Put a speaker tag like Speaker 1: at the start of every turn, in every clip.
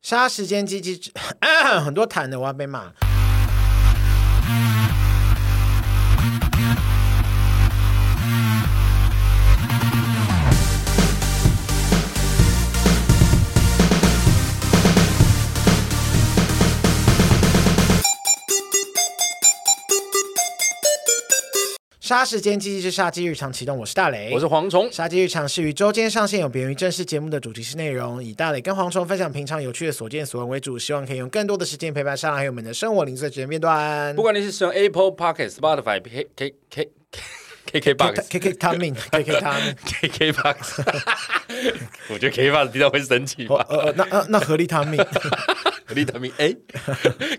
Speaker 1: 杀时间机器， 咳很多痰的，我要被骂。杀时间机器是杀鸡日常启动，我是大雷，
Speaker 2: 我是蝗虫。
Speaker 1: 杀鸡日常是于周间上线，有别于正式节目的主题式内容，以大磊跟蝗虫分享平常有趣的所见所闻为主，希望可以用更多的时间陪伴上海友们的生活零碎时间片段。
Speaker 2: 不管你是使用 Apple Pocket、Spotify、K K K K K Box、
Speaker 1: K K 他命，K K 他命，
Speaker 2: K K Box，我觉得 K K Box 听到会生气
Speaker 1: 哦
Speaker 2: 吧？
Speaker 1: 呃呃，那呃那合力他命，
Speaker 2: 立达明 A、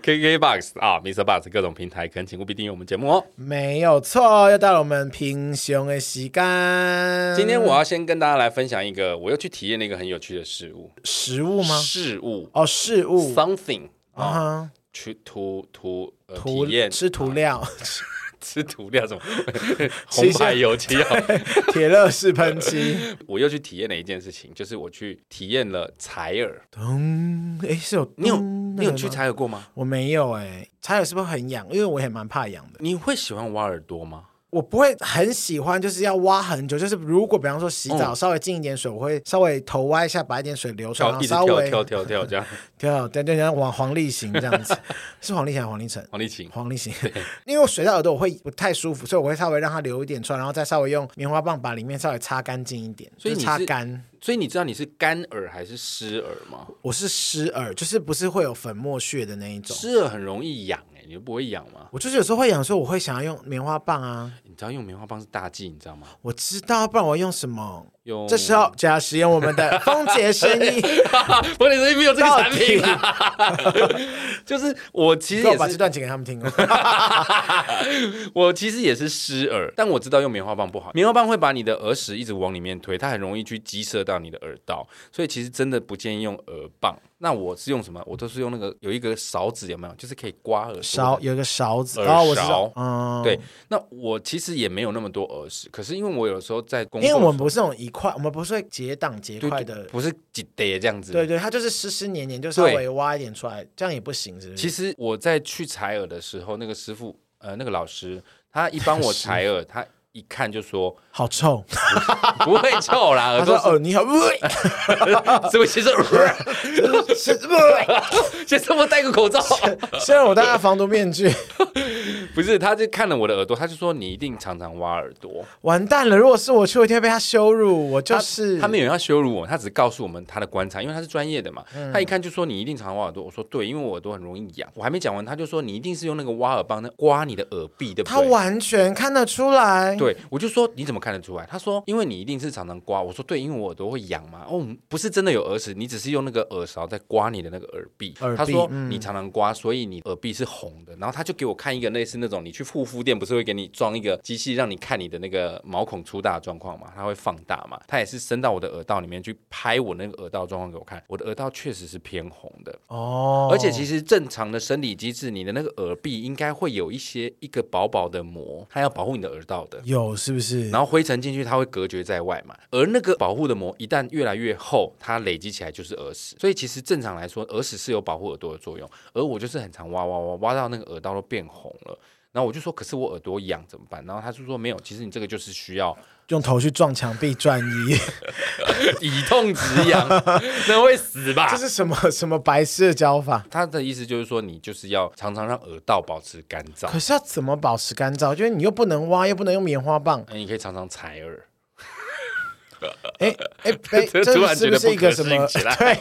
Speaker 2: K K Box 啊，Mr. Box 各种平台，恳请务必订阅我们节目哦。
Speaker 1: 没有错，又到了我们平胸的时间。
Speaker 2: 今天我要先跟大家来分享一个，我又去体验了一个很有趣的事物，
Speaker 1: 食物吗？
Speaker 2: 事物
Speaker 1: 哦，事物
Speaker 2: something
Speaker 1: 啊
Speaker 2: 啊，
Speaker 1: 哈，
Speaker 2: 去涂涂呃
Speaker 1: 涂
Speaker 2: 体验
Speaker 1: 吃涂料，
Speaker 2: 吃涂料什么红牌油漆啊。
Speaker 1: 铁乐式喷漆。
Speaker 2: 我又去体验了一件事情，就是我去体验了采耳。
Speaker 1: 咚，哎，是有
Speaker 2: 你有
Speaker 1: 咚那
Speaker 2: 你有
Speaker 1: 个
Speaker 2: 去
Speaker 1: 吗？
Speaker 2: 采耳过吗？
Speaker 1: 我没有哎，柴耳是不是很痒？因为我也蛮怕痒的。
Speaker 2: 你会喜欢挖耳朵吗？
Speaker 1: 我不会很喜欢，就是要挖很久。就是如果比方说洗澡，
Speaker 2: 嗯
Speaker 1: 稍微进一点水，我会稍微头歪一下，把一点水流出来，然
Speaker 2: 跳
Speaker 1: 后
Speaker 2: 一直
Speaker 1: 稍
Speaker 2: 跳
Speaker 1: 微
Speaker 2: 跳跳跳这样，
Speaker 1: 跳，对对，然后往黄立行这样 子，是黄立行还是黄立成？
Speaker 2: 王力勤。
Speaker 1: 黄立行，因为我水到耳朵我会不太舒服，所以我会稍微让它流一点出来，然后再稍微用棉花棒把里面稍微擦干净一点，
Speaker 2: 所以
Speaker 1: 就
Speaker 2: 你
Speaker 1: 擦
Speaker 2: 是
Speaker 1: 干。
Speaker 2: 所以你知道你是干耳还是湿耳吗？
Speaker 1: 我是湿耳，就是不是会有粉末屑的那一种。
Speaker 2: 湿耳很容易痒哎、你不会痒吗？
Speaker 1: 我就是有时候会痒，所以我会想要用棉花棒啊。
Speaker 2: 你知道用棉花棒是大忌，你知道吗？
Speaker 1: 我知道，不然我用什么？
Speaker 2: 用
Speaker 1: 这时 候就要使用我们的风洁声音。
Speaker 2: 我的是没有这个
Speaker 1: 到
Speaker 2: 产品啊啦。 就是我其实
Speaker 1: 给我
Speaker 2: 也
Speaker 1: 把这
Speaker 2: 是，
Speaker 1: 段剪给他们听哦。
Speaker 2: 我其实也是湿耳，但我知道用棉花棒不好，棉花棒会把你的耳屎一直往里面推，它很容易去击射到你的耳道，所以其实真的不建议用耳棒。那我是用什么？我都是用那个有一个勺子，有没有？就是可以刮耳朵 的
Speaker 1: 勺有一个勺子，
Speaker 2: 耳
Speaker 1: 哦，我知道
Speaker 2: 勺，
Speaker 1: 嗯，
Speaker 2: 对，，那我其实也没有那么多耳屎，可是因为我有时候在工
Speaker 1: 因
Speaker 2: 作，
Speaker 1: 为我们不是那种一块，我们不是会结档结
Speaker 2: 对
Speaker 1: 块
Speaker 2: 对
Speaker 1: 的，
Speaker 2: 不是几叠这样子。
Speaker 1: 对对，它就是湿湿黏黏，就稍
Speaker 2: 对
Speaker 1: 微挖一点出来，这样也不行，是不
Speaker 2: 其
Speaker 1: 是？
Speaker 2: 实我在去采耳的时候，那个师傅呃，那个老师，他一帮我采耳，他一看就说
Speaker 1: 好臭，
Speaker 2: 不会臭
Speaker 1: 他
Speaker 2: 啦，耳
Speaker 1: 说
Speaker 2: 朵
Speaker 1: 哦，你好，喂
Speaker 2: 是 是不是 其实呃
Speaker 1: 是喂
Speaker 2: 先生我戴个口罩，
Speaker 1: 虽然我戴了防毒面具，
Speaker 2: 不是，他就看了我的耳朵，他就说你一定常常挖耳朵，
Speaker 1: 完蛋了，如果是我去，我一定会被他羞辱，我就是
Speaker 2: 他没有要羞辱我，他只是告诉我们他的观察，因为他是专业的嘛。
Speaker 1: 嗯
Speaker 2: 他一看就说你一定常常挖耳朵，我说对，因为我耳朵很容易痒。我还没讲完，他就说你一定是用那个挖耳棒那刮你的耳壁，对不
Speaker 1: 他
Speaker 2: 对？
Speaker 1: 完全看得出来，
Speaker 2: 对，我就说你怎么看得出来？他说因为你一定是常常刮。我说对，因为我耳朵会痒嘛。哦，不是真的有耳屎，你只是用那个耳勺在刮你的那个耳壁。
Speaker 1: 耳壁
Speaker 2: 他说、
Speaker 1: 嗯
Speaker 2: 你常常刮，所以你耳壁是红的。然后他就给我看一个类似那种你去护肤店不是会给你装一个机器让你看你的那个毛孔粗大的状况嘛？它会放大嘛？他也是伸到我的耳道里面去拍我那个耳道的状况给我看，我的耳道确实是偏红的。
Speaker 1: 哦，
Speaker 2: 而且其
Speaker 1: 实
Speaker 2: 实正常的生理机制，你的那个耳壁应该会有一些一个薄薄的膜，它要保护你的耳道的。
Speaker 1: 有是不是？
Speaker 2: 然后灰尘进去，它会隔绝在外嘛。而那个保护的膜一旦越来越厚，它累积起来就是耳屎。所以其实正常来说，耳屎是有保护耳朵的作用。而我就是很常挖挖挖挖到那个耳道都变红了。然后我就说，可是我耳朵痒怎么办？然后他就说没有，其实你这个就是 需要
Speaker 1: 用头去撞墙壁转 移，
Speaker 2: 以痛止痒，那会死吧？
Speaker 1: 这是什么什么白痴的教法？
Speaker 2: 他的意思就是说，你就是要常常让耳道保持干燥。
Speaker 1: 可是要怎么保持干燥？就是你又不能挖，又不能用棉花 棒。
Speaker 2: 那你可以常常采耳，
Speaker 1: 哎哎 哎，
Speaker 2: 突
Speaker 1: 这
Speaker 2: 突然
Speaker 1: 是
Speaker 2: 觉
Speaker 1: 不
Speaker 2: 得
Speaker 1: 是一
Speaker 2: 不可
Speaker 1: 个什
Speaker 2: 思
Speaker 1: 么？
Speaker 2: 议起来
Speaker 1: 对，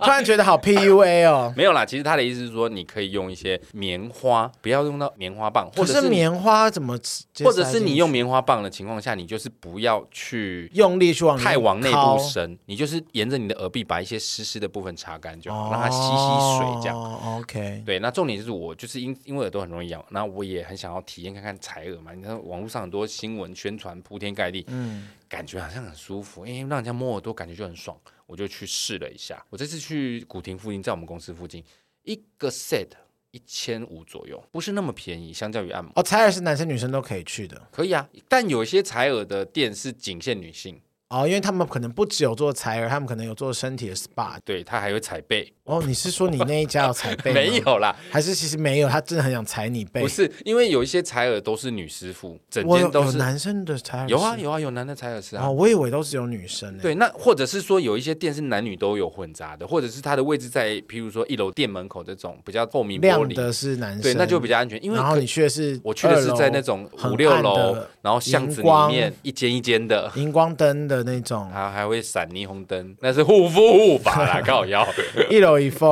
Speaker 1: 突然觉得好 PUA 哦。
Speaker 2: 没有啦。其实他的意思是说，你可以用一些棉花，不要用到棉花棒， 或
Speaker 1: 可
Speaker 2: 者
Speaker 1: 是
Speaker 2: 是你
Speaker 1: 棉花怎么直接塞进去？
Speaker 2: 或者是你用棉花棒的情况下，你就是不要去
Speaker 1: 用力去往里面
Speaker 2: 太往内
Speaker 1: 掏
Speaker 2: 部伸，你就是沿着你的耳壁把一些湿湿的部分擦干就好，让它吸吸水这样。
Speaker 1: 哦 OK，
Speaker 2: 对，那重点就是我就是因因为耳朵很容易痒，那我也很想要体验看看采耳嘛。你看网络上很多新闻宣传铺天盖地，嗯，感觉好像很舒服，因为让人家摸耳朵感觉就很爽，我就去试了一下。我这次去古亭附近，在我们公司附近，一个 set 一千五左右，不是那么便宜，相较于按摩。
Speaker 1: 哦，采耳是男生女生都可以去的。
Speaker 2: 可以啊，但有一些采耳的店是仅限女性，
Speaker 1: 哦，因为他们可能不只有做采耳，他们可能有做身体的 SPA。
Speaker 2: 对他还会踩背，
Speaker 1: 哦，你是说你那一家有踩背？
Speaker 2: 没，有啦，
Speaker 1: 还是其实没有？他真的很想踩你背。
Speaker 2: 不，是，因为有一些采耳都是女师傅，整
Speaker 1: 我有
Speaker 2: 间都
Speaker 1: 有
Speaker 2: 是
Speaker 1: 男生的采耳
Speaker 2: 有啊
Speaker 1: 师
Speaker 2: 有啊有男的采耳师啊
Speaker 1: 哦，。我以为都只有女生呢。
Speaker 2: 对，那或者是说有一些店是男女都有混杂的，或者是它的位置在，譬如说一楼店门口这种比较透明玻
Speaker 1: 亮
Speaker 2: 璃，
Speaker 1: 的是男生，
Speaker 2: 对，那就比较安全。因为
Speaker 1: 然后
Speaker 2: 可
Speaker 1: 你去的是
Speaker 2: 我去的是
Speaker 1: 二楼
Speaker 2: 在那种
Speaker 1: 很
Speaker 2: 五六
Speaker 1: 暗
Speaker 2: 楼
Speaker 1: 的，
Speaker 2: 然后巷子里面一间一间的，
Speaker 1: 荧光灯的那种，
Speaker 2: 还还会闪霓虹灯，那是护肤护 法啦，靠腰。
Speaker 1: 一楼一 缝。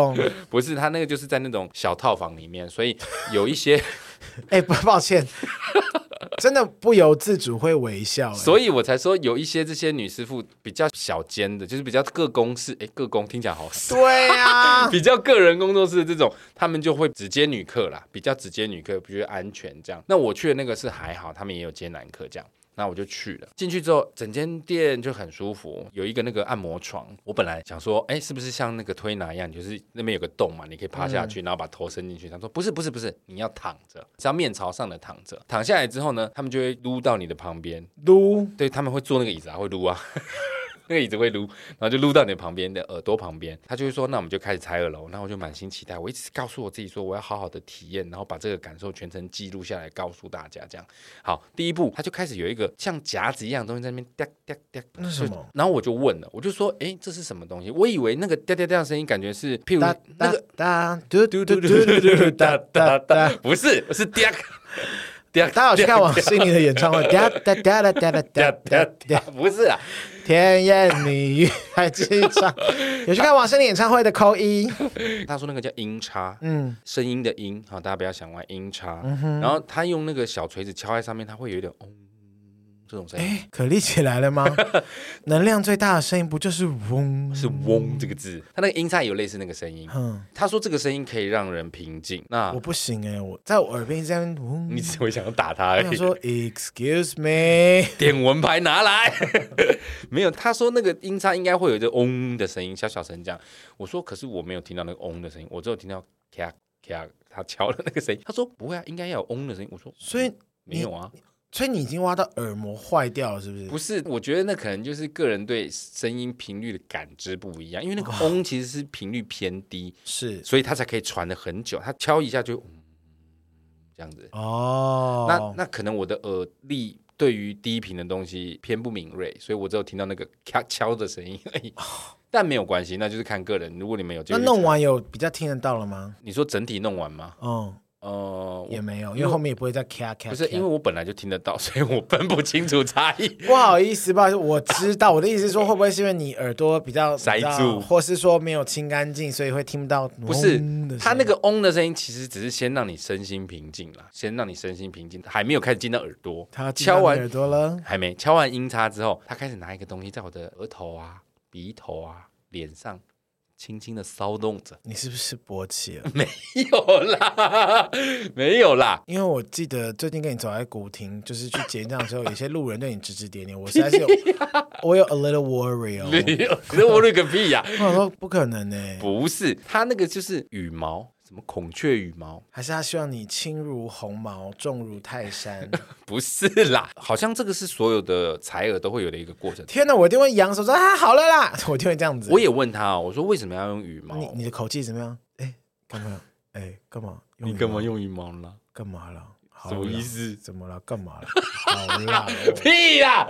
Speaker 2: 不是，他那个就是在那种小套房里面，所以 有一些，
Speaker 1: 哎、不，抱歉，真的不由自主会微笑、哎
Speaker 2: 所以我才说有一些这些女师傅比较小间的，就是比较各公式，哎，各公听起来好死。
Speaker 1: 对啊 呀、
Speaker 2: 比较个人工作室的这种，他们就会只接女客啦，比较只接女客，比较安全这样。那我去的那个是还好，他们也有接男客这样。那我就去了，进去之后，整间店就很舒服，有一个那个按摩床。我本来想说，哎，是不是像那个推拿一样，就是那边有个洞嘛，你可以趴下去，然后把头伸进去。他说不是，不是，不是，你要躺着，是要面朝上的躺着。躺下来之后呢，他们就会撸到你的旁边，
Speaker 1: 撸
Speaker 2: 对他们会坐那个椅子啊，会撸啊，那个椅子会撸，然后就撸到你的旁边的耳朵旁边。他就会说，那我们就开始拆二楼。那我就满心期待，我一直告诉我自己说，我要好好的体验，然后把这个感受全程记录下来，告诉大家。这样好，第一步他就开始有一个像夹子一样的东西在那边哒哒哒，
Speaker 1: 那是什么
Speaker 2: 就然后我就问了，我就说，哎，这是什么东西？我以为那个哒哒哒的声音，感觉是譬如
Speaker 1: 哒
Speaker 2: 那
Speaker 1: 哒
Speaker 2: 个
Speaker 1: 哒嘟
Speaker 2: 嘟
Speaker 1: 嘟
Speaker 2: 嘟
Speaker 1: 嘟嘟
Speaker 2: 嘟嘟
Speaker 1: 嘟
Speaker 2: 嘟
Speaker 1: 嘟
Speaker 2: 嘟
Speaker 1: 哒
Speaker 2: 哒哒
Speaker 1: 哒
Speaker 2: 哒
Speaker 1: 哒。，
Speaker 2: 不是，是哒哒。
Speaker 1: 大家有去看王心凌的演唱 会？哒哒哒哒哒哒
Speaker 2: 哒
Speaker 1: 哒
Speaker 2: 哒
Speaker 1: 哒
Speaker 2: 哒
Speaker 1: 哒，，
Speaker 2: 不是啊，
Speaker 1: 甜言蜜语还继续唱。 有去看王心凌演唱会的扣一，
Speaker 2: 他说那个叫音叉，
Speaker 1: 嗯，
Speaker 2: 声音的音，好，大家不要想歪音叉。然后他用那个小锤子敲在上面，它会有一点嗡、这种声音，
Speaker 1: 哎可立起来了 吗？能量最大的声音不就是嗡？
Speaker 2: 是嗡这个字。他那个音叉也有类似那个声音。
Speaker 1: 嗯，
Speaker 2: 他说这个声音可以让人平静。那
Speaker 1: 我不行哎、我在我耳边这样嗡。
Speaker 2: 你只会想要打他
Speaker 1: 我
Speaker 2: 而
Speaker 1: 想
Speaker 2: 已。
Speaker 1: 说，Excuse me，
Speaker 2: 点文牌拿来， 没有。他说那个音叉应该会有一个嗡的声音，小小声这样。我说可是我没有听到那个嗡的声音，我只有听到咔咔他敲的那个声音。他说不会啊，应该要有嗡的声音。我说
Speaker 1: 所以
Speaker 2: 没有啊。
Speaker 1: 所以你已经挖到耳膜坏掉了，是不是？
Speaker 2: 不是，我觉得那可能就是个人对声音频率的感知不一样，因为那
Speaker 1: 哦
Speaker 2: 个嗡其实是频率偏低，
Speaker 1: 是
Speaker 2: 所以它才可以传的很久。它敲一下就、嗯、这样子。
Speaker 1: 哦，
Speaker 2: 那那可能我的耳力对于低频的东西偏不敏锐，所以我只有听到那个敲敲的声音而已。但没有关系，那就是看个人。如果你们有
Speaker 1: 哦那弄，完有比较听得到了吗？
Speaker 2: 你说整体弄完吗？
Speaker 1: 嗯，
Speaker 2: 呃，
Speaker 1: 也
Speaker 2: 我
Speaker 1: 没有，
Speaker 2: 因
Speaker 1: 因
Speaker 2: 为
Speaker 1: 为后面也不会再咔咔。
Speaker 2: 不是，
Speaker 1: 咔
Speaker 2: 因为我本来就听得到，所以我分不清楚差异。
Speaker 1: 不好意思，不好意思，我知道我的意思是说，会不会是因为你耳朵比较
Speaker 2: 塞住
Speaker 1: 你知道或是说没有清干净，所以会听不到？
Speaker 2: 不
Speaker 1: 不
Speaker 2: 是，他那个嗡的声音，其实只是先让你身心平静啦，先让你身心平静，还没有开始进到耳朵。
Speaker 1: 他
Speaker 2: 敲完
Speaker 1: 耳朵了，
Speaker 2: 还没敲完音叉之后，他开始拿一个东西在我的额头啊、鼻头啊、脸上轻轻的骚动着。
Speaker 1: 你是不是勃起了？
Speaker 2: 有啦，没有啦，
Speaker 1: 因为我记得最近跟你走在古亭，就是去结账的时候，有一些路人对你指指点点，我实在 是有，我有 a little worry 哦。
Speaker 2: 没有，那我那个屁呀、
Speaker 1: 我想说不可能呢、
Speaker 2: 不是，他那个就是羽毛，什么孔雀羽毛，
Speaker 1: 还是他希望你轻如鸿毛，重如泰山？
Speaker 2: 不是啦，好像这个是所有的采耳都会有的一个过程。
Speaker 1: 天哪，我一定会扬手说啊，好了啦， 我一定会这样子。
Speaker 2: 我也问他、哦，我说为什么要用羽毛？
Speaker 1: 你你的口气怎么样？哎，干嘛？哎，干嘛？用
Speaker 2: 你
Speaker 1: 羽
Speaker 2: 干嘛
Speaker 1: 毛？
Speaker 2: 用羽毛啦？
Speaker 1: 干嘛了？好
Speaker 2: 什么
Speaker 1: 啦
Speaker 2: 意思
Speaker 1: 怎么了？干嘛了？好啦，
Speaker 2: 屁啦！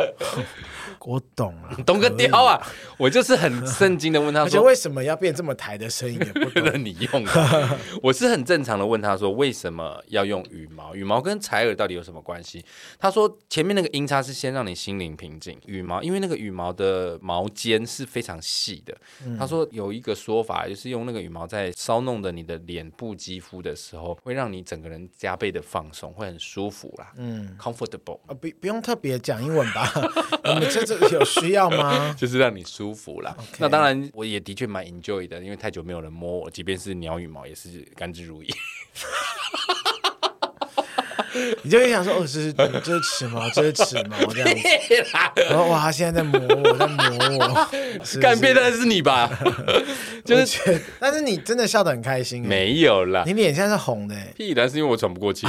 Speaker 1: 我 我懂了，
Speaker 2: 懂个
Speaker 1: 可以
Speaker 2: 雕！啊！我就是很震惊的问 他
Speaker 1: 而且
Speaker 2: 说
Speaker 1: 为什么要变这么抬的声音也不：“ 懂？
Speaker 2: 那你用的？”我是很正常的问他说：“为什么要用羽毛？羽毛跟采耳到底有什么关系？”他说：“前面那个音叉是先让你心灵平静，羽毛因为那个羽毛的毛尖是非常细的。他说有一个说法，就是用那个羽毛在搔弄的你的脸部肌肤的时候，会让你整个人加倍的放松，会很舒服啦，嗯，comfortable。”
Speaker 1: 啊，不不用特别讲英文吧？我们这这有需要吗？
Speaker 2: 就是让你舒服啦。那当然，我也的确蛮 enjoy 的，因为太久没有人摸我，即便是鸟羽毛也是甘之如饴。
Speaker 1: 你就会想说，哦，这是这是齿毛，这是齿毛这样子。 然后哇，他现在在磨我，在磨我，是不是
Speaker 2: 干变态是你吧？就是
Speaker 1: 是，但是你真的笑得很开心、欸，
Speaker 2: 没有啦。
Speaker 1: 你脸现在是红的、欸，
Speaker 2: 屁然是因为我喘不过气。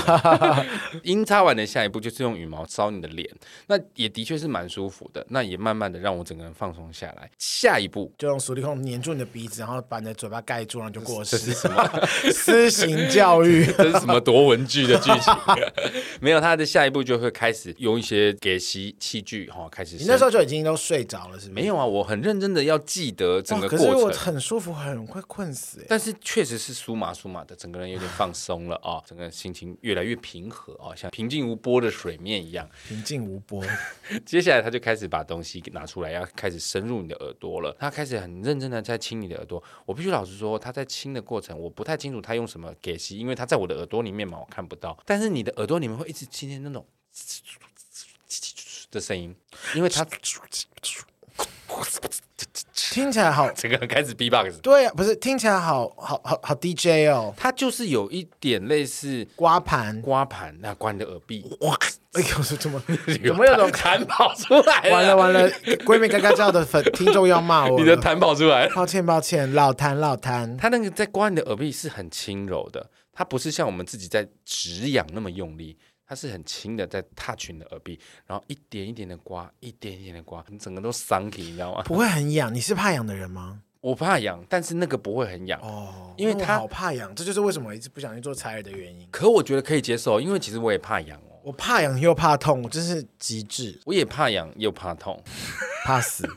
Speaker 2: 阴擦完的下一步就是用羽毛烧你的脸，那也的确是蛮舒服的，那也慢慢的让我整个人放松下来。下一步
Speaker 1: 就用鼠力控粘住你的鼻子，然后把你的嘴巴盖住，然后就过
Speaker 2: 这是
Speaker 1: 世。
Speaker 2: 什么？
Speaker 1: 私刑教育
Speaker 2: 这是什么夺文剧的剧情？ 没有，他的下一步就会开始用一些给吸器具哈、哦，开始
Speaker 1: 你
Speaker 2: 生。
Speaker 1: 那时候就已经都睡着了，是不是？
Speaker 2: 没有啊？我很认真的要记得整个
Speaker 1: 哇可
Speaker 2: 过
Speaker 1: 是我
Speaker 2: 程。
Speaker 1: 很舒服，很会困死、欸。
Speaker 2: 但是确实是酥麻酥麻的，整个人有点放松了啊、整个心情越来越平和啊、像平静无波的水面一样。
Speaker 1: 平静无波，
Speaker 2: 接下来他就开始把东西给拿出来，要开始深入你的耳朵了。他开始很认真的在亲你的耳朵。我必须老实说，他在亲的过程，我不太清楚他用什么给吸，因为他在我的耳朵里面嘛，我看不到。但是你的耳朵里面会一直听见那种的声音，因为他
Speaker 1: 听起来好，
Speaker 2: 整个人开始 B-box，
Speaker 1: 对啊，不是听起来好好好好 DJ 哦，
Speaker 2: 他就是有一点类似
Speaker 1: 刮盘，
Speaker 2: 刮盘，那刮你的耳壁。
Speaker 1: 哇，哎呦，是怎么怎么有种
Speaker 2: 痰跑出来了？
Speaker 1: 完了完了，闺蜜嘎嘎叫的粉听众要骂我
Speaker 2: 啊你的
Speaker 1: 了，
Speaker 2: 痰跑出来了。
Speaker 1: 抱歉抱歉，老谭老谭，
Speaker 2: 它那个在刮你的耳壁是很轻柔的，它不是像我们自己在止痒那么用力，它是很轻的在 touch 你的耳壁，然后一点一点的刮，一点一点的刮，你整个都伤体，你知道吗？
Speaker 1: 不会很痒，你是怕痒的人吗？
Speaker 2: 我怕痒，但是那个不会很痒。
Speaker 1: 哦，
Speaker 2: 因为
Speaker 1: 那我
Speaker 2: 他
Speaker 1: 好怕痒，这就是为什么我一直不想去做采耳的原因。
Speaker 2: 可我觉得可以接受，因为其实我也怕痒哦，
Speaker 1: 我怕痒又怕痛，我真是极致，
Speaker 2: 我也怕痒又怕痛，
Speaker 1: 怕死。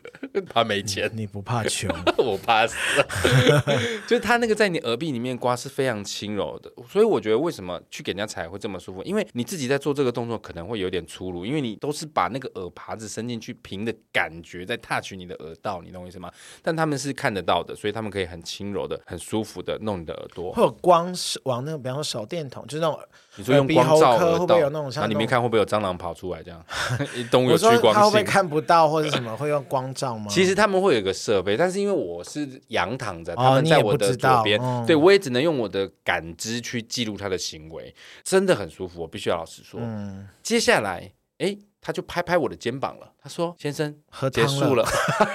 Speaker 2: 怕没钱。
Speaker 1: 你不怕 穷？
Speaker 2: 我怕死了，就是他那个在你耳壁里面刮是非常轻柔的，所以我觉得为什么去给人家踩会这么舒服，因为你自己在做这个动作可能会有点粗鲁，因为你都是把那个耳耙子伸进去，凭的感觉在 touch 你的耳道，你懂我意思吗？但他们是看得到的，所以他们可以很轻柔的、很舒服的弄你的耳朵。
Speaker 1: 会有光是往那个，比方说手电筒，就是那种
Speaker 2: 你说用
Speaker 1: 鼻
Speaker 2: 光
Speaker 1: 喉
Speaker 2: 照
Speaker 1: 科
Speaker 2: 耳
Speaker 1: 会不
Speaker 2: 道，
Speaker 1: 会有那种像
Speaker 2: 然后里
Speaker 1: 那
Speaker 2: 面
Speaker 1: 种
Speaker 2: 看会不会有蟑螂跑出来这样？ 动物
Speaker 1: 我
Speaker 2: 有
Speaker 1: 说
Speaker 2: 趋光
Speaker 1: 他会不会
Speaker 2: 性。
Speaker 1: 看不到或者什么，会用光照吗？
Speaker 2: 其实他们会有一个设备，但是因为我是仰躺着，
Speaker 1: 哦
Speaker 2: 他们在我
Speaker 1: 你也
Speaker 2: 的
Speaker 1: 不知道
Speaker 2: 左边，
Speaker 1: 嗯
Speaker 2: 对我也只能用我的感知去记录他的行为，真的很舒服，我必须要老实说。
Speaker 1: 嗯，
Speaker 2: 接下来，哎，他就拍拍我的肩膀了，他说：“先生，
Speaker 1: 喝
Speaker 2: 结
Speaker 1: 汤
Speaker 2: 束
Speaker 1: 了，
Speaker 2: 了。”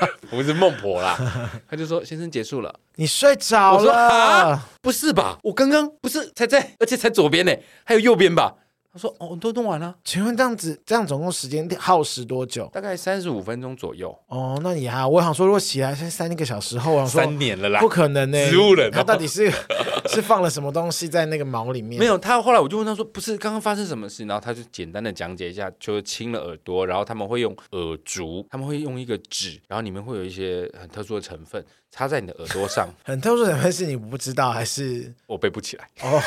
Speaker 2: 我是孟 婆啦，他就说：“先生，结束了。
Speaker 1: 你睡着
Speaker 2: 我说
Speaker 1: 了
Speaker 2: 啊。”不是吧？我刚刚不是才在，而且才左边呢，还有右边吧？他说：“哦，都弄完了，
Speaker 1: 请问这样子，这样总共时间耗时多久？
Speaker 2: 大概三十五分钟左右。
Speaker 1: 哦，那你还好我想说，如果起来是三个小时后，我”想
Speaker 2: 三
Speaker 1: 说
Speaker 2: 年了啦
Speaker 1: 不，可能呢、
Speaker 2: 植物人哦
Speaker 1: 他到底 是是放了什么东西在那个毛里面？
Speaker 2: 没有，他后来我就问他说：“不是刚刚发生什么事？”然后他就简单的讲解一下，就是清了耳朵，然后他们会用耳烛，他们会用一个纸，然后里面会有一些很特殊的成分插在你的耳朵上，
Speaker 1: 很特殊的分是你不知道还是
Speaker 2: 我背不起来，
Speaker 1: 哦？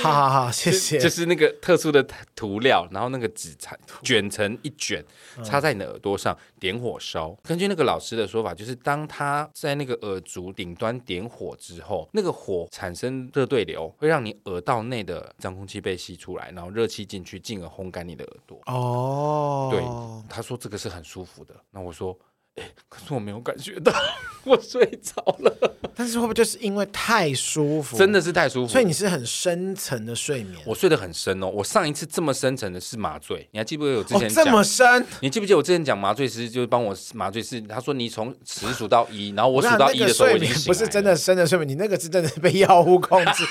Speaker 1: 好好好，谢谢。
Speaker 2: 就是那个特殊的涂料，然后那个纸插卷成一卷，插在你的耳朵上，点火烧。根据那个老师的说法，就是当他在那个耳烛顶端点火之后，那个火产生热对流，会让你耳道内的脏空气被吸出来，然后热气进去，进而烘干你的耳朵。
Speaker 1: 哦，
Speaker 2: 对，他说这个是很舒服的。那我说，哎、可是我没有感觉到， 我睡着了，
Speaker 1: 但是会不会就是因为太舒服，
Speaker 2: 真的是太舒服。
Speaker 1: 所以你是很深层的睡眠，
Speaker 2: 我睡得很深哦，我上一次这么深层的是麻醉，你还记不记得我之
Speaker 1: 哦
Speaker 2: 前
Speaker 1: 这
Speaker 2: 讲？
Speaker 1: 么深，
Speaker 2: 你记不记得我之前讲麻醉师就是帮我麻醉师，他说你从十数到一，然后我
Speaker 1: 我
Speaker 2: 数
Speaker 1: 想
Speaker 2: 到
Speaker 1: 那
Speaker 2: 一
Speaker 1: 个
Speaker 2: 的时候我
Speaker 1: 睡
Speaker 2: 已经
Speaker 1: 眠
Speaker 2: 醒
Speaker 1: 不
Speaker 2: 来
Speaker 1: 是
Speaker 2: 了
Speaker 1: 真的深的睡眠，你那个是真的被药物控制。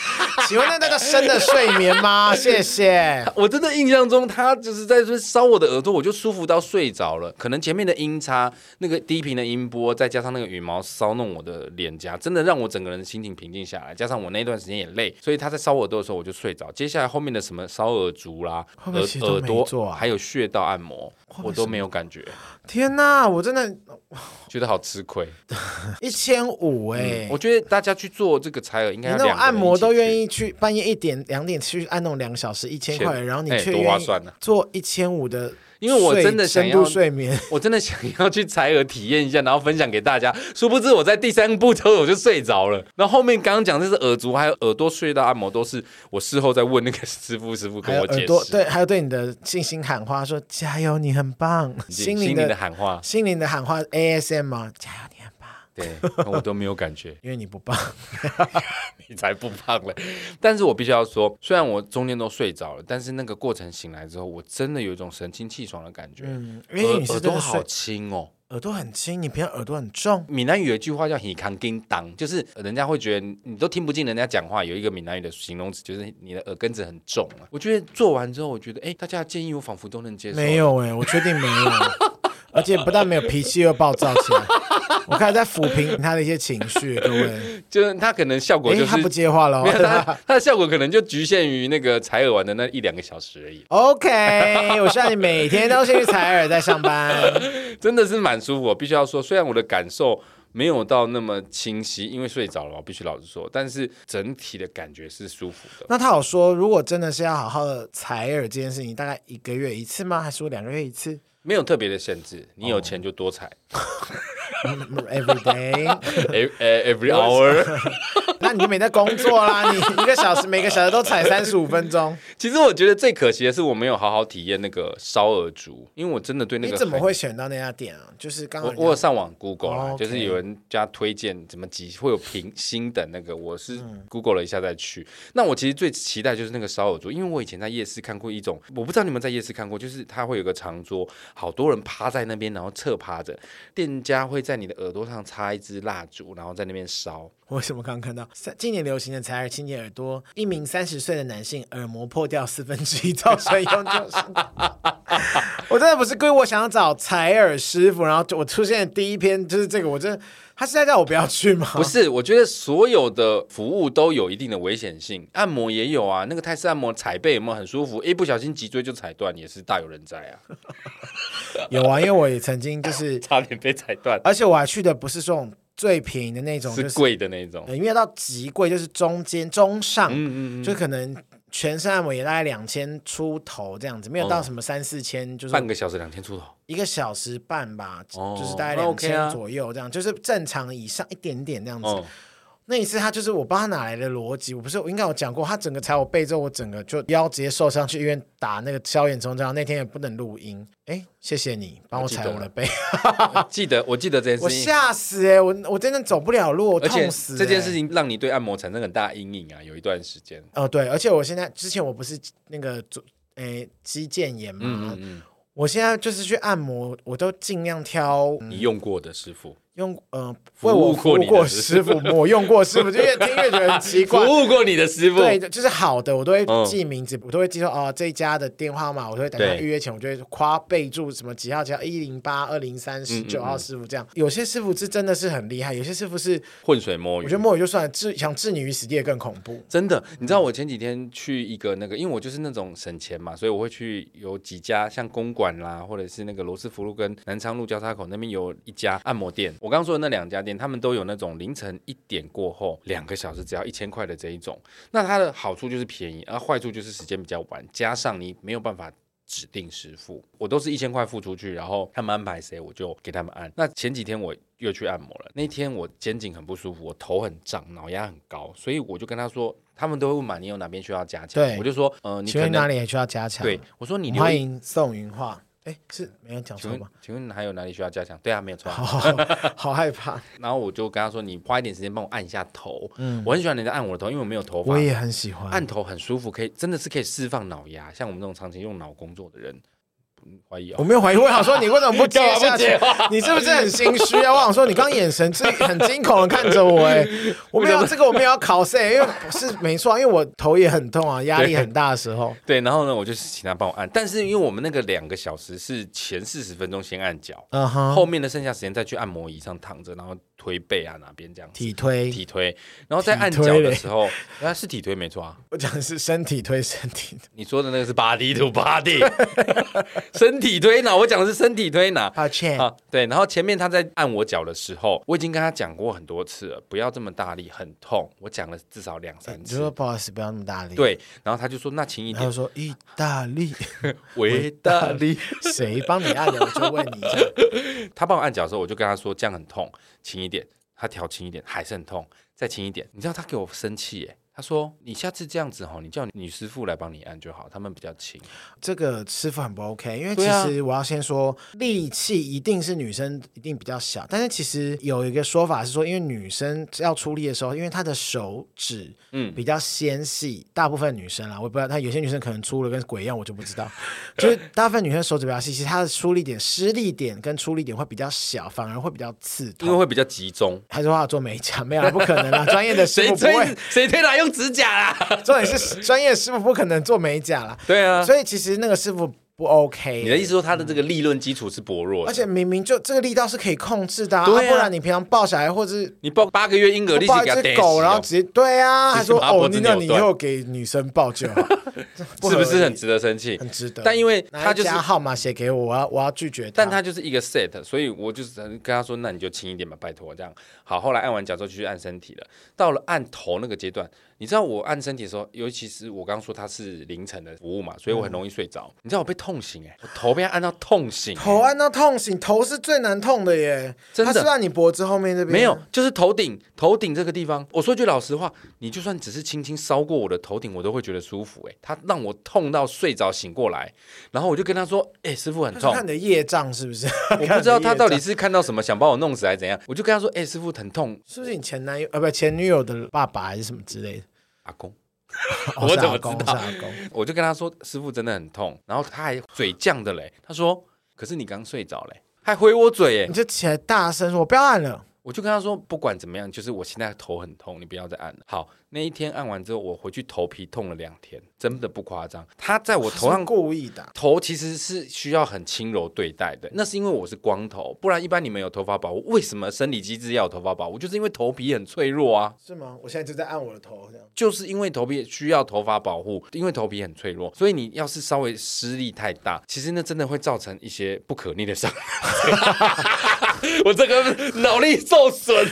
Speaker 1: 请问那那叫深的睡眠 吗？谢谢。
Speaker 2: 我真的印象中，他就是在这烧我的耳朵，我就舒服到睡着了。可能前面的音差、那个低频的音波，再加上那个羽毛骚弄我的脸颊，真的让我整个人心情平静下来。加上我那段时间也累，所以他在烧我耳朵的时候，我就睡着。接下来后面的什么烧耳烛啦、
Speaker 1: 会不
Speaker 2: 耳
Speaker 1: 会其实都
Speaker 2: 耳
Speaker 1: 没
Speaker 2: 朵
Speaker 1: 做啊
Speaker 2: 还有穴道按摩，
Speaker 1: 不会
Speaker 2: 我都没有感觉，
Speaker 1: 天哪，我真的
Speaker 2: 觉得好吃亏。
Speaker 1: 一千五哎！
Speaker 2: 嗯我觉得大家去做这个采耳，应
Speaker 1: 你
Speaker 2: 该要
Speaker 1: 那种
Speaker 2: 两个人
Speaker 1: 按摩
Speaker 2: 一起
Speaker 1: 都
Speaker 2: 去
Speaker 1: 愿意去半夜一点两点去按那种两个小时一千块，
Speaker 2: 钱
Speaker 1: 然后你
Speaker 2: 哎
Speaker 1: 却
Speaker 2: 多划
Speaker 1: 愿意
Speaker 2: 算呢
Speaker 1: 做一千五的睡，
Speaker 2: 因为我真的想
Speaker 1: 深
Speaker 2: 要
Speaker 1: 度睡眠，
Speaker 2: 我真的想要去采耳体验一下，然后分享给大家。殊不知我在第三步之后我就睡着了。然后后面刚刚讲这是耳烛还有耳朵隧道按摩，都是我事后再问那个师傅，师傅
Speaker 1: 还
Speaker 2: 跟
Speaker 1: 有
Speaker 2: 我
Speaker 1: 耳
Speaker 2: 解
Speaker 1: 朵
Speaker 2: 释。
Speaker 1: 对，还有对你的信心喊话说加油，你很棒，
Speaker 2: 心
Speaker 1: 灵的
Speaker 2: 的喊话，
Speaker 1: 心灵的喊话 ASM 吗？加油，你很棒！
Speaker 2: 对我都没有感觉，
Speaker 1: 因为你不棒。
Speaker 2: 你才不胖嘞。但是我必须要说，虽然我中间都睡着了，但是那个过程醒来之后，我真的有一种神清气爽的感觉，
Speaker 1: 嗯，因
Speaker 2: 耳
Speaker 1: 为你是
Speaker 2: 耳
Speaker 1: 真
Speaker 2: 朵
Speaker 1: 的
Speaker 2: 好
Speaker 1: 睡，
Speaker 2: 轻哦。
Speaker 1: 耳朵很轻，你平常耳朵很重。
Speaker 2: 闽南语有一句话叫“你扛叮当”，就是人家会觉得你都听不进人家讲话。有一个闽南语的形容词，就是你的耳根子很重啊。我觉得做完之后，我觉得哎，大家的建议我仿佛都能接受。
Speaker 1: 没，有哎、我确定没 有，而且不但没有脾气，又暴躁起来。我开始在抚平他的一些情绪，各 位。
Speaker 2: 就是他可能效果
Speaker 1: 哎、
Speaker 2: 就是
Speaker 1: 他不接话了
Speaker 2: 没有
Speaker 1: 哦。
Speaker 2: 他他的效果可能就局限于那个采耳完的那一两个小时 而已，
Speaker 1: OK，我希望你每天都先去采耳再上班。
Speaker 2: 真的是蛮舒服。我必须要说，虽然我的感受。没有到那么清晰，因为睡着了，我必须老实说。但是整体的感觉是舒服的。
Speaker 1: 那他有说，如果真的是要好好的采耳这件事情，大概一个月一次吗？还是说两个月一次
Speaker 2: 没有特别的限制，你有钱就多踩、
Speaker 1: ？Every day？
Speaker 2: e v e r y hour。
Speaker 1: 那你就没在工作啦，你一个小时每个小时都采三十五分钟，
Speaker 2: 其实我觉得最可惜的是我没有好好体验那个烧鹅竹，因为我真的 对那
Speaker 1: 你
Speaker 2: 个
Speaker 1: 怎么
Speaker 2: 很
Speaker 1: 会选到那家店啊？就是刚
Speaker 2: 我
Speaker 1: 刚
Speaker 2: 我有上网 Google 啦
Speaker 1: 哦，OK
Speaker 2: 就是有人家推荐怎么几会有评星等那个，我是
Speaker 1: 嗯
Speaker 2: Google 了一下再去。那我其实最期待就是那个烧耳桌，因为我以前在夜市看过一种，我不知道你们在夜市看过，就是它会有个长桌，好多人趴在那边，然后侧趴着，店家会在你的耳朵上插一支蜡烛，然后在那边烧。
Speaker 1: 我为什么刚刚看到三今年流行的采耳清洁耳朵？一名三十岁的男性耳膜破掉四分之一，造成永久性。 我真的不是故意，我想要找采耳师傅，然后就我出现的第一篇就是这个，我真的，他是在叫我不要去吗？
Speaker 2: 不是，我觉得所有的服务都有一定的危险性，按摩也有啊，那个泰式按摩踩背有没有很舒服？一不小心脊椎就踩断，也是大有人在啊，
Speaker 1: 有啊，因为我也曾经就是，
Speaker 2: 差点被踩断，
Speaker 1: 而且我还去的不是这种最便宜的那种，就是是
Speaker 2: 贵的那种。
Speaker 1: 呃因为到极贵就是中间中上，
Speaker 2: 嗯嗯嗯，
Speaker 1: 就可能全身按摩也大概两千出头这样子，没有到
Speaker 2: 哦
Speaker 1: 什么三四千，就是
Speaker 2: 半个小时两千出头，
Speaker 1: 一个小时半吧，
Speaker 2: 哦
Speaker 1: 就是大概
Speaker 2: 那
Speaker 1: 两
Speaker 2: OK 啊
Speaker 1: 千左右这样，就是正常以上一点点这样子。
Speaker 2: 哦，
Speaker 1: 那一次他就是我不知道他哪来的逻辑，我不是我应该有讲过，他整个踩我背之后，我整个就腰直接受伤，去医院打那个消炎冲针，那天也不能录音。哎，谢谢你帮我踩我的 背，
Speaker 2: 记得我记得这件
Speaker 1: 我
Speaker 2: 事情，
Speaker 1: 吓死哎、欸，我我真的走不了路，我
Speaker 2: 而且
Speaker 1: 痛死、欸。
Speaker 2: 这件事。情让你对按摩产生很大阴影啊，有一段时间。
Speaker 1: 哦，对，而且我现在之前我不是那个左诶肌腱炎嘛，
Speaker 2: 嗯嗯嗯，
Speaker 1: 我现在就是去按摩，我都尽量挑嗯
Speaker 2: 你用过的师傅，
Speaker 1: 用呃
Speaker 2: 服
Speaker 1: 为
Speaker 2: 务
Speaker 1: 我服
Speaker 2: 过
Speaker 1: 务
Speaker 2: 你的
Speaker 1: 过
Speaker 2: 师
Speaker 1: 师傅，我用过师傅，就越听越觉得很奇
Speaker 2: 服
Speaker 1: 怪。
Speaker 2: 务过你的师傅，
Speaker 1: 对，就是好的，我都会
Speaker 2: 嗯
Speaker 1: 记名字，我都会记说哦这一家的电话号码，我都会等他
Speaker 2: 对
Speaker 1: 预约前，我就会夸备注什么几号几号一零八二零三
Speaker 2: 嗯
Speaker 1: 十九号师傅这样。有些师傅是真的是很厉害，有些师傅是
Speaker 2: 浑水摸
Speaker 1: 我
Speaker 2: 鱼
Speaker 1: 觉得。摸鱼就算了，置想置你于死地的更恐怖。
Speaker 2: 真的，你知道我前几天去一个那个，因为我就是那种省钱嘛，所以我会去有几家像公馆啦，或者是那个罗斯福路跟南昌路交叉口那边有一家按摩店。我刚刚说的那两家店，他们都有那种凌晨一点过后两个小时只要一千块的这一种。那它的好处就是便宜，而坏处就是时间比较晚，加上你没有办法。指定师傅，我都是一千块付出去，然后他们安排谁我就给他们按。那前几天我又去按摩了，那天我肩颈很不舒服，我头很胀，脑压很高，所以我就跟他说，他们都会问嘛，你有哪边需要加强？
Speaker 1: 对
Speaker 2: 我就说，呃，你
Speaker 1: 请
Speaker 2: 可
Speaker 1: 问哪
Speaker 2: 能
Speaker 1: 里还需要加强？
Speaker 2: 对，我说你留
Speaker 1: 欢
Speaker 2: 意，
Speaker 1: 迎宋云画。哎，是没有讲
Speaker 2: 请
Speaker 1: 错
Speaker 2: 问
Speaker 1: 吗？
Speaker 2: 请问还有哪里需要加强？对啊，没有错啊。
Speaker 1: 好好害怕，
Speaker 2: 然后我就跟他说，你花一点时间帮我按一下头，我很喜欢人家按我的头，因为我没有头发
Speaker 1: 嗯我，也很喜欢。
Speaker 2: 按头很舒服，可以真的是可以释放脑压，像我们这种长期用脑工作的人，嗯怀疑哦
Speaker 1: 我。没有 怀疑，我想说你为什么不接
Speaker 2: 干嘛
Speaker 1: 下
Speaker 2: 啊不
Speaker 1: 去
Speaker 2: 接？
Speaker 1: 你是不是很心虚啊？我想说你刚眼神是很惊恐的看着我、 哎，我没有这个，我没有要考试、哎因为是没错啊，因为我头也很痛啊，压力很大的时 候，
Speaker 2: 对，然后呢，我就请他帮我按，但是因为我们那个两个小时是前四十分钟先按脚，
Speaker 1: 嗯哼，
Speaker 2: 后面的剩下时间再去按摩椅上躺着，然后推背啊哪边这样子
Speaker 1: 体推，
Speaker 2: 体推，然后在按脚的时候，那是体推没错啊。
Speaker 1: 我讲的是身体推身体，
Speaker 2: 你说的那个是 body to body，身体推拿，我讲的是身体推拿。
Speaker 1: 抱歉，
Speaker 2: 啊，对，然后前面他在按我脚的时候，我已经跟他讲过很多次了，不要这么大力，很痛。我讲了至少两三
Speaker 1: 哎你就
Speaker 2: 次
Speaker 1: 说，不好意思，不要那么大力，，
Speaker 2: 对。然后他就说：“那轻一
Speaker 1: 他就
Speaker 2: 点，
Speaker 1: 说意大利，
Speaker 2: 维大力。
Speaker 1: 谁帮你按的？我就问你一下，”
Speaker 2: 他帮我按脚的时候，我就跟他说：“这样很痛，轻一点。”他调轻一点，还是很痛，再轻一点。你知道他给我生气耶、他说你下次这样子哈，你叫女师傅来帮你按就好，他们比较轻。
Speaker 1: 这个师傅很不 OK，因为其
Speaker 2: 对啊
Speaker 1: 实我要先说，力气一定是女生一定比较小，但是其实有一个说法是说，因为女生要出力的时候，因为她的手指
Speaker 2: 嗯
Speaker 1: 比较纤细，大部分女生啦，我也不知道，她有些女生可能粗了跟鬼一样，我就不 知道，就是大部分女生手指比较细，其实她的出力点、施力点跟出力点会比较小，反而会比较刺
Speaker 2: 因为
Speaker 1: 痛。
Speaker 2: 会比较集中。
Speaker 1: 还是说她有做美甲？ 没有啦，不可能啦！专业的师
Speaker 2: 谁
Speaker 1: 傅不
Speaker 2: 推
Speaker 1: 会，
Speaker 2: 谁推拿用指甲啦？
Speaker 1: 重点是专业师傅不可能做美甲啦。
Speaker 2: 对啊，
Speaker 1: 所以其实那个师傅不 OK。
Speaker 2: 你的意思说他的这个利润基础是薄弱的，
Speaker 1: 而且明明就这个力道是可以控制的、啊，
Speaker 2: 对啊
Speaker 1: 不然你平常抱小孩或者是
Speaker 2: 你抱八个月婴儿，你
Speaker 1: 抱
Speaker 2: 是
Speaker 1: 一
Speaker 2: 给他
Speaker 1: 只
Speaker 2: 逮
Speaker 1: 狗，
Speaker 2: 死
Speaker 1: 然后
Speaker 2: 哦
Speaker 1: 直接对啊，
Speaker 2: 直接
Speaker 1: 还说
Speaker 2: 把它
Speaker 1: 哦
Speaker 2: 脖，子
Speaker 1: 你那你以
Speaker 2: 扭断
Speaker 1: 后给女生抱就好，合
Speaker 2: 是不是很
Speaker 1: 理
Speaker 2: 值得生气？
Speaker 1: 很值得？
Speaker 2: 但因为
Speaker 1: 拿一
Speaker 2: 他就是
Speaker 1: 家号码写给我，我要我要拒绝
Speaker 2: 但他就是一个 set，所以我就是跟他说，那你就轻一点吧，拜托这样。好，后来按完脚之后就去按身体了。到了按头那个阶段，你知道我按身体的时候，尤其是我刚刚说它是凌晨的服务嘛，所以我很容易睡着。
Speaker 1: 嗯
Speaker 2: 你知道我被痛醒哎、我头被他按到痛醒、
Speaker 1: 头按到痛醒，头是最难痛的耶，
Speaker 2: 真的
Speaker 1: 他是按你脖子后面这边
Speaker 2: 没有，，就是头顶，头顶这个地方。我说句老实话，你就算只是轻轻烧过我的头顶，我都会觉得舒服、欸。他让我痛到睡着醒过来，然后我就跟他说：“哎、师傅很
Speaker 1: 他是
Speaker 2: 痛
Speaker 1: 看。你的业障是 不是？
Speaker 2: 我不知道他到
Speaker 1: 看你的
Speaker 2: 底
Speaker 1: 业障
Speaker 2: 是看到什么想把我弄死还是怎样，我就跟他说：“哎、师傅很痛，
Speaker 1: 是不是你前男友呃不前女友的爸爸还是什么之 类的？
Speaker 2: 阿公。
Speaker 1: 哦
Speaker 2: 我
Speaker 1: 是
Speaker 2: 怎
Speaker 1: 阿
Speaker 2: 么
Speaker 1: 公
Speaker 2: 知
Speaker 1: 是
Speaker 2: 道
Speaker 1: 阿公？”
Speaker 2: 我就跟他说：“师傅真的很痛。”然后他还嘴犟的嘞，他说：“可是你刚睡着嘞。”还回我嘴耶
Speaker 1: 你！就起来大声说：“我不要按了。
Speaker 2: 我就跟他说，不管怎么样，就是我现在头很痛，你不要再按了。好，那一天按完之后，我回去头皮痛了两天，真的不夸张。他在”我头
Speaker 1: 他
Speaker 2: 上
Speaker 1: 是故意的啊，
Speaker 2: 头其实是需要很轻柔对待的，那是因为我是光头，不然一般你们有头发保护，为什么生理机制要有头发保护？就是因为头皮很脆弱啊。
Speaker 1: 是吗？我现在就在按我的头，这样。
Speaker 2: 就是因为头皮需要头发保护，因为头皮很脆弱，所以你要是稍微施力太大，其实那真的会造成一些不可逆的伤害。 我这个脑力受损，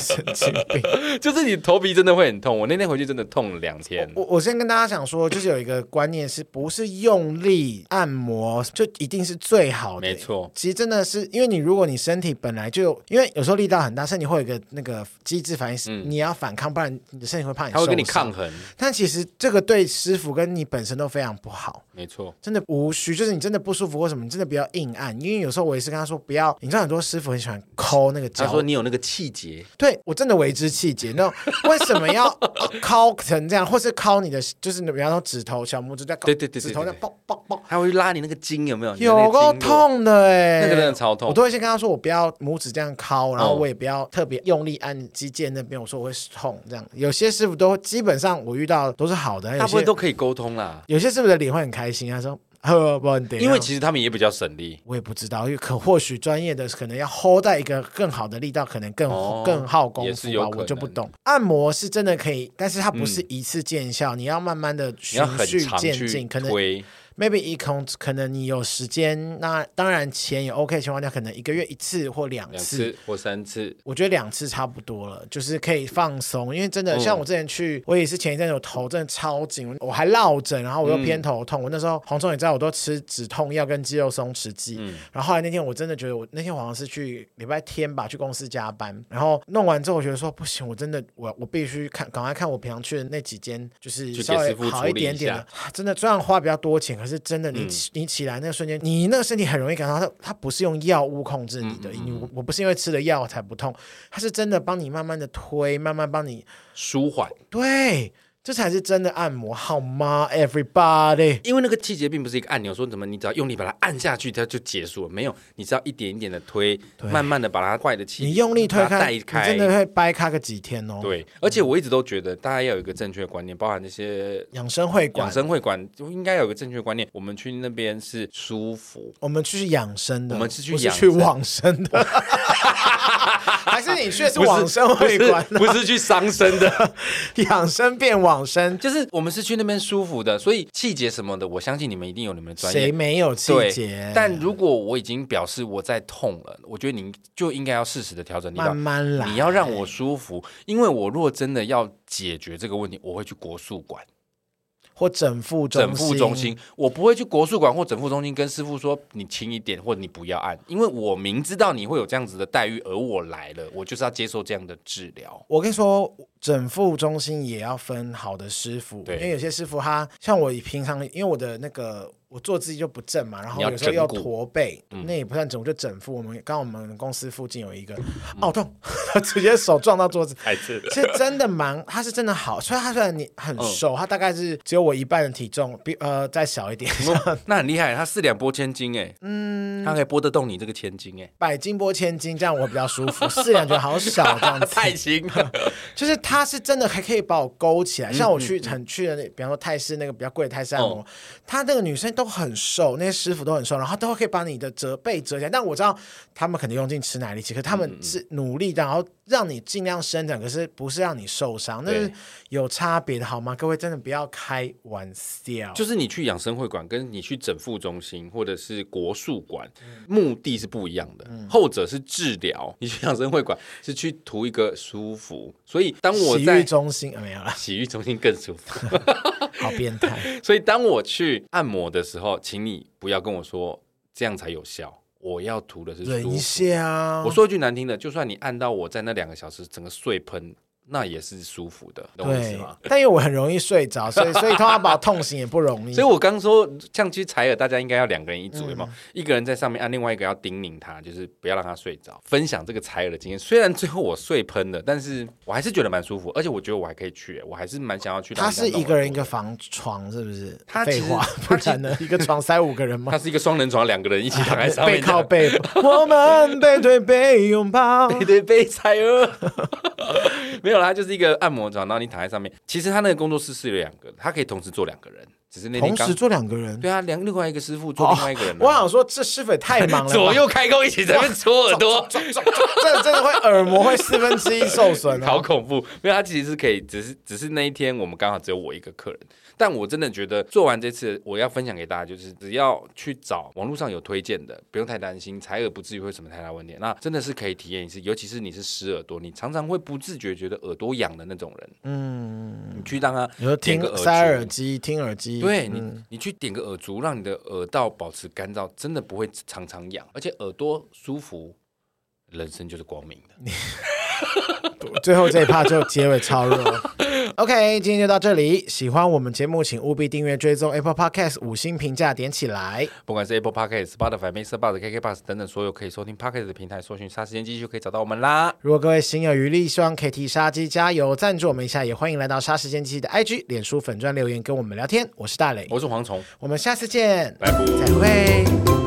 Speaker 1: 神经病！
Speaker 2: 就是你头皮真的会很痛。我那天回去真的痛了两天。
Speaker 1: 我我先跟大家讲说，就是有一个观念，是不是用力按摩就一定是最好的？
Speaker 2: 没错
Speaker 1: 其实真的是，因为你如果你身体本来就，因为有时候力道很大，身体会有一个那个机制反应，是你要反抗，不然你的身体会怕你
Speaker 2: 他嗯会跟你
Speaker 1: 受伤
Speaker 2: 抗。衡，
Speaker 1: 但其实这个对师傅跟你本身都非常不好。
Speaker 2: 没错，
Speaker 1: 真的无需，就是你真的不舒服或什么，你真的不要硬按，因为有时候我也是跟他说不要，你知道很多师傅很喜欢抠那个
Speaker 2: 他
Speaker 1: 胶
Speaker 2: 说你有那个气节，
Speaker 1: 对我真的为之气结。那为什么 要敲成这样，或是敲你的，就是你比方说指头、小拇指在
Speaker 2: 对对对对
Speaker 1: 指头在
Speaker 2: 对
Speaker 1: 爆爆爆，
Speaker 2: 他会拉你那个筋，有没有？你的那
Speaker 1: 有
Speaker 2: 个
Speaker 1: 够
Speaker 2: 筋络，
Speaker 1: 痛的哎、
Speaker 2: 那个真的超痛
Speaker 1: 我都会先跟他说，我不要拇指这样敲，然后
Speaker 2: 嗯
Speaker 1: 我也不要特别用力按肌腱那边，我说我会痛这样。有些师傅都基本上我遇到的都是好的，
Speaker 2: 大
Speaker 1: 有
Speaker 2: 部分
Speaker 1: 些
Speaker 2: 都可以沟通啦，
Speaker 1: 有些师傅的脸会很开心，他说呵不问题，
Speaker 2: 因为其实他们也比较省力。
Speaker 1: 我也不知道，因为可或许专业的可能要 hold 在一个更好的力道，可能更、
Speaker 2: 哦
Speaker 1: 更耗功
Speaker 2: 也
Speaker 1: 夫
Speaker 2: 是有
Speaker 1: 吧，
Speaker 2: 可
Speaker 1: 我就不
Speaker 2: 能
Speaker 1: 懂。按摩是真的可以，但是它不是一次见效，你要慢慢的
Speaker 2: 你
Speaker 1: 循
Speaker 2: 要很
Speaker 1: 序
Speaker 2: 常
Speaker 1: 渐
Speaker 2: 去
Speaker 1: 进，可能
Speaker 2: 推，
Speaker 1: maybe 一空，可能你有时间，那当然钱也 OK 的情况下，可能一个月一次或两
Speaker 2: 两次或三次，
Speaker 1: 我觉得两次差不多了，就是可以放松，因为真的
Speaker 2: 嗯
Speaker 1: 像我之前去，我也是前一阵子我头真的超紧，我还落枕，然后我又偏头痛。我那时候黄总也知道，我都吃止痛药跟肌肉松弛剂。然后后来那天我真的觉得我，那天我好像是去礼拜天吧，去公司加班，然后弄完之后，我觉得说不行，我真的我我必须看，赶快看我平常去的那几间，就是
Speaker 2: 去给
Speaker 1: 稍微
Speaker 2: 师傅
Speaker 1: 好
Speaker 2: 处
Speaker 1: 一
Speaker 2: 理
Speaker 1: 点
Speaker 2: 一
Speaker 1: 点
Speaker 2: 下嗯
Speaker 1: 的。啊 真的虽然花比较多钱，可是真的你起、你起来那个瞬间，你那个身体很容易感到它它不是用药物控制你的，
Speaker 2: 嗯
Speaker 1: 你我我不是因为吃了药才不痛，它是真的帮你慢慢的推，慢慢帮你
Speaker 2: 舒缓，
Speaker 1: 对。这才是真的按摩，好吗？Everybody，
Speaker 2: 因为那个气节并不是一个按钮，说怎么你只要用力把它按下去，它就结束了。没有，你只要一点一点的推，慢慢的把它坏的气，
Speaker 1: 你用力推
Speaker 2: 把它
Speaker 1: 开，
Speaker 2: 带
Speaker 1: 你
Speaker 2: 开，
Speaker 1: 真的会掰开个几天哦。，
Speaker 2: 对。而且我一直都觉得大家要有一个正确的观念，包含那些。
Speaker 1: 养生会馆
Speaker 2: 养，生会馆就应该有一个正确的观念，我们去那边是舒服，
Speaker 1: 我们去养生的，
Speaker 2: 我们是去
Speaker 1: 不是
Speaker 2: 养
Speaker 1: 去
Speaker 2: 生
Speaker 1: 往生 的，还是你去的是
Speaker 2: 不是
Speaker 1: 往生会馆啊
Speaker 2: 不是不是去伤身的，
Speaker 1: 养生变往生，
Speaker 2: 就是我们是去那边舒服的，所以气节什么的，我相信你们一定有你们的专业
Speaker 1: 谁。没有气
Speaker 2: 对
Speaker 1: 节？
Speaker 2: 但如果我已经表示我在痛了，我觉得你就应该要适时的调整力道
Speaker 1: 慢，慢来，
Speaker 2: 你要让我舒服，因为我若真的要解决这个问题，我会去国术馆。
Speaker 1: 或整复中
Speaker 2: 整复中心，我不会去国术馆或整复中心跟师傅说你轻一点，或者你不要按，因为我明知道你会有这样子的待遇，而我来了，我就是要接受这样的治疗。
Speaker 1: 我跟你说，整复中心也要分好的师傅，
Speaker 2: 对
Speaker 1: 因为有些师傅他像我平常，因为我的那个我坐姿就不正嘛，然后
Speaker 2: 你要
Speaker 1: 有时候要
Speaker 2: 整骨嗯
Speaker 1: 驼背，那也不算整骨，就整复。我们刚好我们公司附近有一个，哦痛， 他直接手撞到桌子。
Speaker 2: 太次了，
Speaker 1: 是真的蛮，他是真的好，虽然他虽然你
Speaker 2: 嗯
Speaker 1: 很瘦，他大概是只有我一半的体重，比呃再小一点，
Speaker 2: 那很厉害，他四两拨千斤哎，嗯，他可以拨得动你这个千斤哎，
Speaker 1: 百斤拨千斤，这样我比较舒服。四两觉得好小，这样子
Speaker 2: 太轻了，
Speaker 1: 就是他是真的还可以把我勾起来，像我去很去的那，比方说泰式那个比较贵的泰式按摩，他那个女生都很瘦，那些师傅都很瘦，然后都可以把你的折背折起来。但我知道他们肯定用尽吃奶力气，可是他们是努力的，然后让你尽量生长，可是不是让你受伤，那是
Speaker 2: 对
Speaker 1: 有差别的好吗？各位真的不要开玩笑，
Speaker 2: 就是你去养生会馆，跟你去整复中心或者是国术馆，目的是不一样的。
Speaker 1: 嗯
Speaker 2: 后者是治疗，你去养生会馆是去图一个舒服。所以当我
Speaker 1: 洗浴
Speaker 2: 在
Speaker 1: 中心、啊、没有了，
Speaker 2: 洗浴中心更舒服。
Speaker 1: 好变态，
Speaker 2: 所以当我去按摩的时候，请你不要跟我说这样才有效，我要图的是
Speaker 1: 忍
Speaker 2: 舒
Speaker 1: 一
Speaker 2: 服。
Speaker 1: 下，
Speaker 2: 我说一句难听的，就算你按到我在那两个小时整个碎喷，那也是舒服的，懂我意思
Speaker 1: 对
Speaker 2: 吗？，
Speaker 1: 但因为我很容易睡着，所以所以通常把痛醒也不容易，
Speaker 2: 所以我刚说，像其实采耳，大家应该要两个人一组，
Speaker 1: 嗯
Speaker 2: 有没有？一个人在上面啊按，另外一个要叮咛他，就是不要让他睡着。分享这个采耳的经验，虽然最后我睡喷了，但是我还是觉得蛮舒服，而且我觉得我还可以去，欸我还是蛮想要去。
Speaker 1: 他是一个人一个，房床，是不是？
Speaker 2: 啊他其
Speaker 1: 废
Speaker 2: 实
Speaker 1: 话，不
Speaker 2: 他其
Speaker 1: 然呢？ 一个床塞五个人
Speaker 2: 他
Speaker 1: 吗？
Speaker 2: 是一个双人床，两个人一起躺在上面，
Speaker 1: 背靠背，我们背对背拥抱。
Speaker 2: 背 对背采耳。 没有啦，它就是一个按摩床，然后你躺在上面。其实他那个工作室是有两个，他可以同时做两个人，只是那天
Speaker 1: 同
Speaker 2: 刚
Speaker 1: 时做两个人，
Speaker 2: 对啊，两另外一个师傅做另外一个人啊、
Speaker 1: 我想说这师傅也太忙了吧，
Speaker 2: 左右开弓一起在那边搓耳 朵。
Speaker 1: 这真的会耳膜会四分之一受损
Speaker 2: 好
Speaker 1: 哦。
Speaker 2: 恐怖！没有，他其实是可以，只是只是那一天我们刚好只有我一个客人，但我真的觉得做完这次，我要分享给大家，就是只要去找网络上有推荐的，不用太担心，采耳不至于会有什么太大问题。那真的是可以体验一次，尤其是你是湿耳朵，你常常会不自觉觉得耳朵痒的那种人，嗯，你去让他
Speaker 1: 你说
Speaker 2: 点
Speaker 1: 听
Speaker 2: 个耳
Speaker 1: 塞
Speaker 2: 烛
Speaker 1: 耳机，听耳机，
Speaker 2: 对
Speaker 1: 嗯
Speaker 2: 你，你去点个耳烛，让你的耳道保持干燥，真的不会常常痒，而且耳朵舒服，人生就是光明的。
Speaker 1: 最后这一趴就结尾超 弱。OK，今天就到这里。喜欢我们节目，请务必订阅、追踪 Apple Podcast，五星评价点起来。
Speaker 2: 不管是 Apple Podcast、Spotify、Mixer、Buzz、KK Bus 等等所有可以收听 Podcast 的平台，搜寻“杀时间机”就可以找到我们啦。
Speaker 1: 如果各位心有余力，希望可以替杀鸡加油，赞助我们一下，也欢迎来到杀时间机器的 IG、脸书粉专留言跟我们聊天。我是大磊，
Speaker 2: 我是蝗虫，
Speaker 1: 我们下次见，
Speaker 2: 拜拜。
Speaker 1: 再会。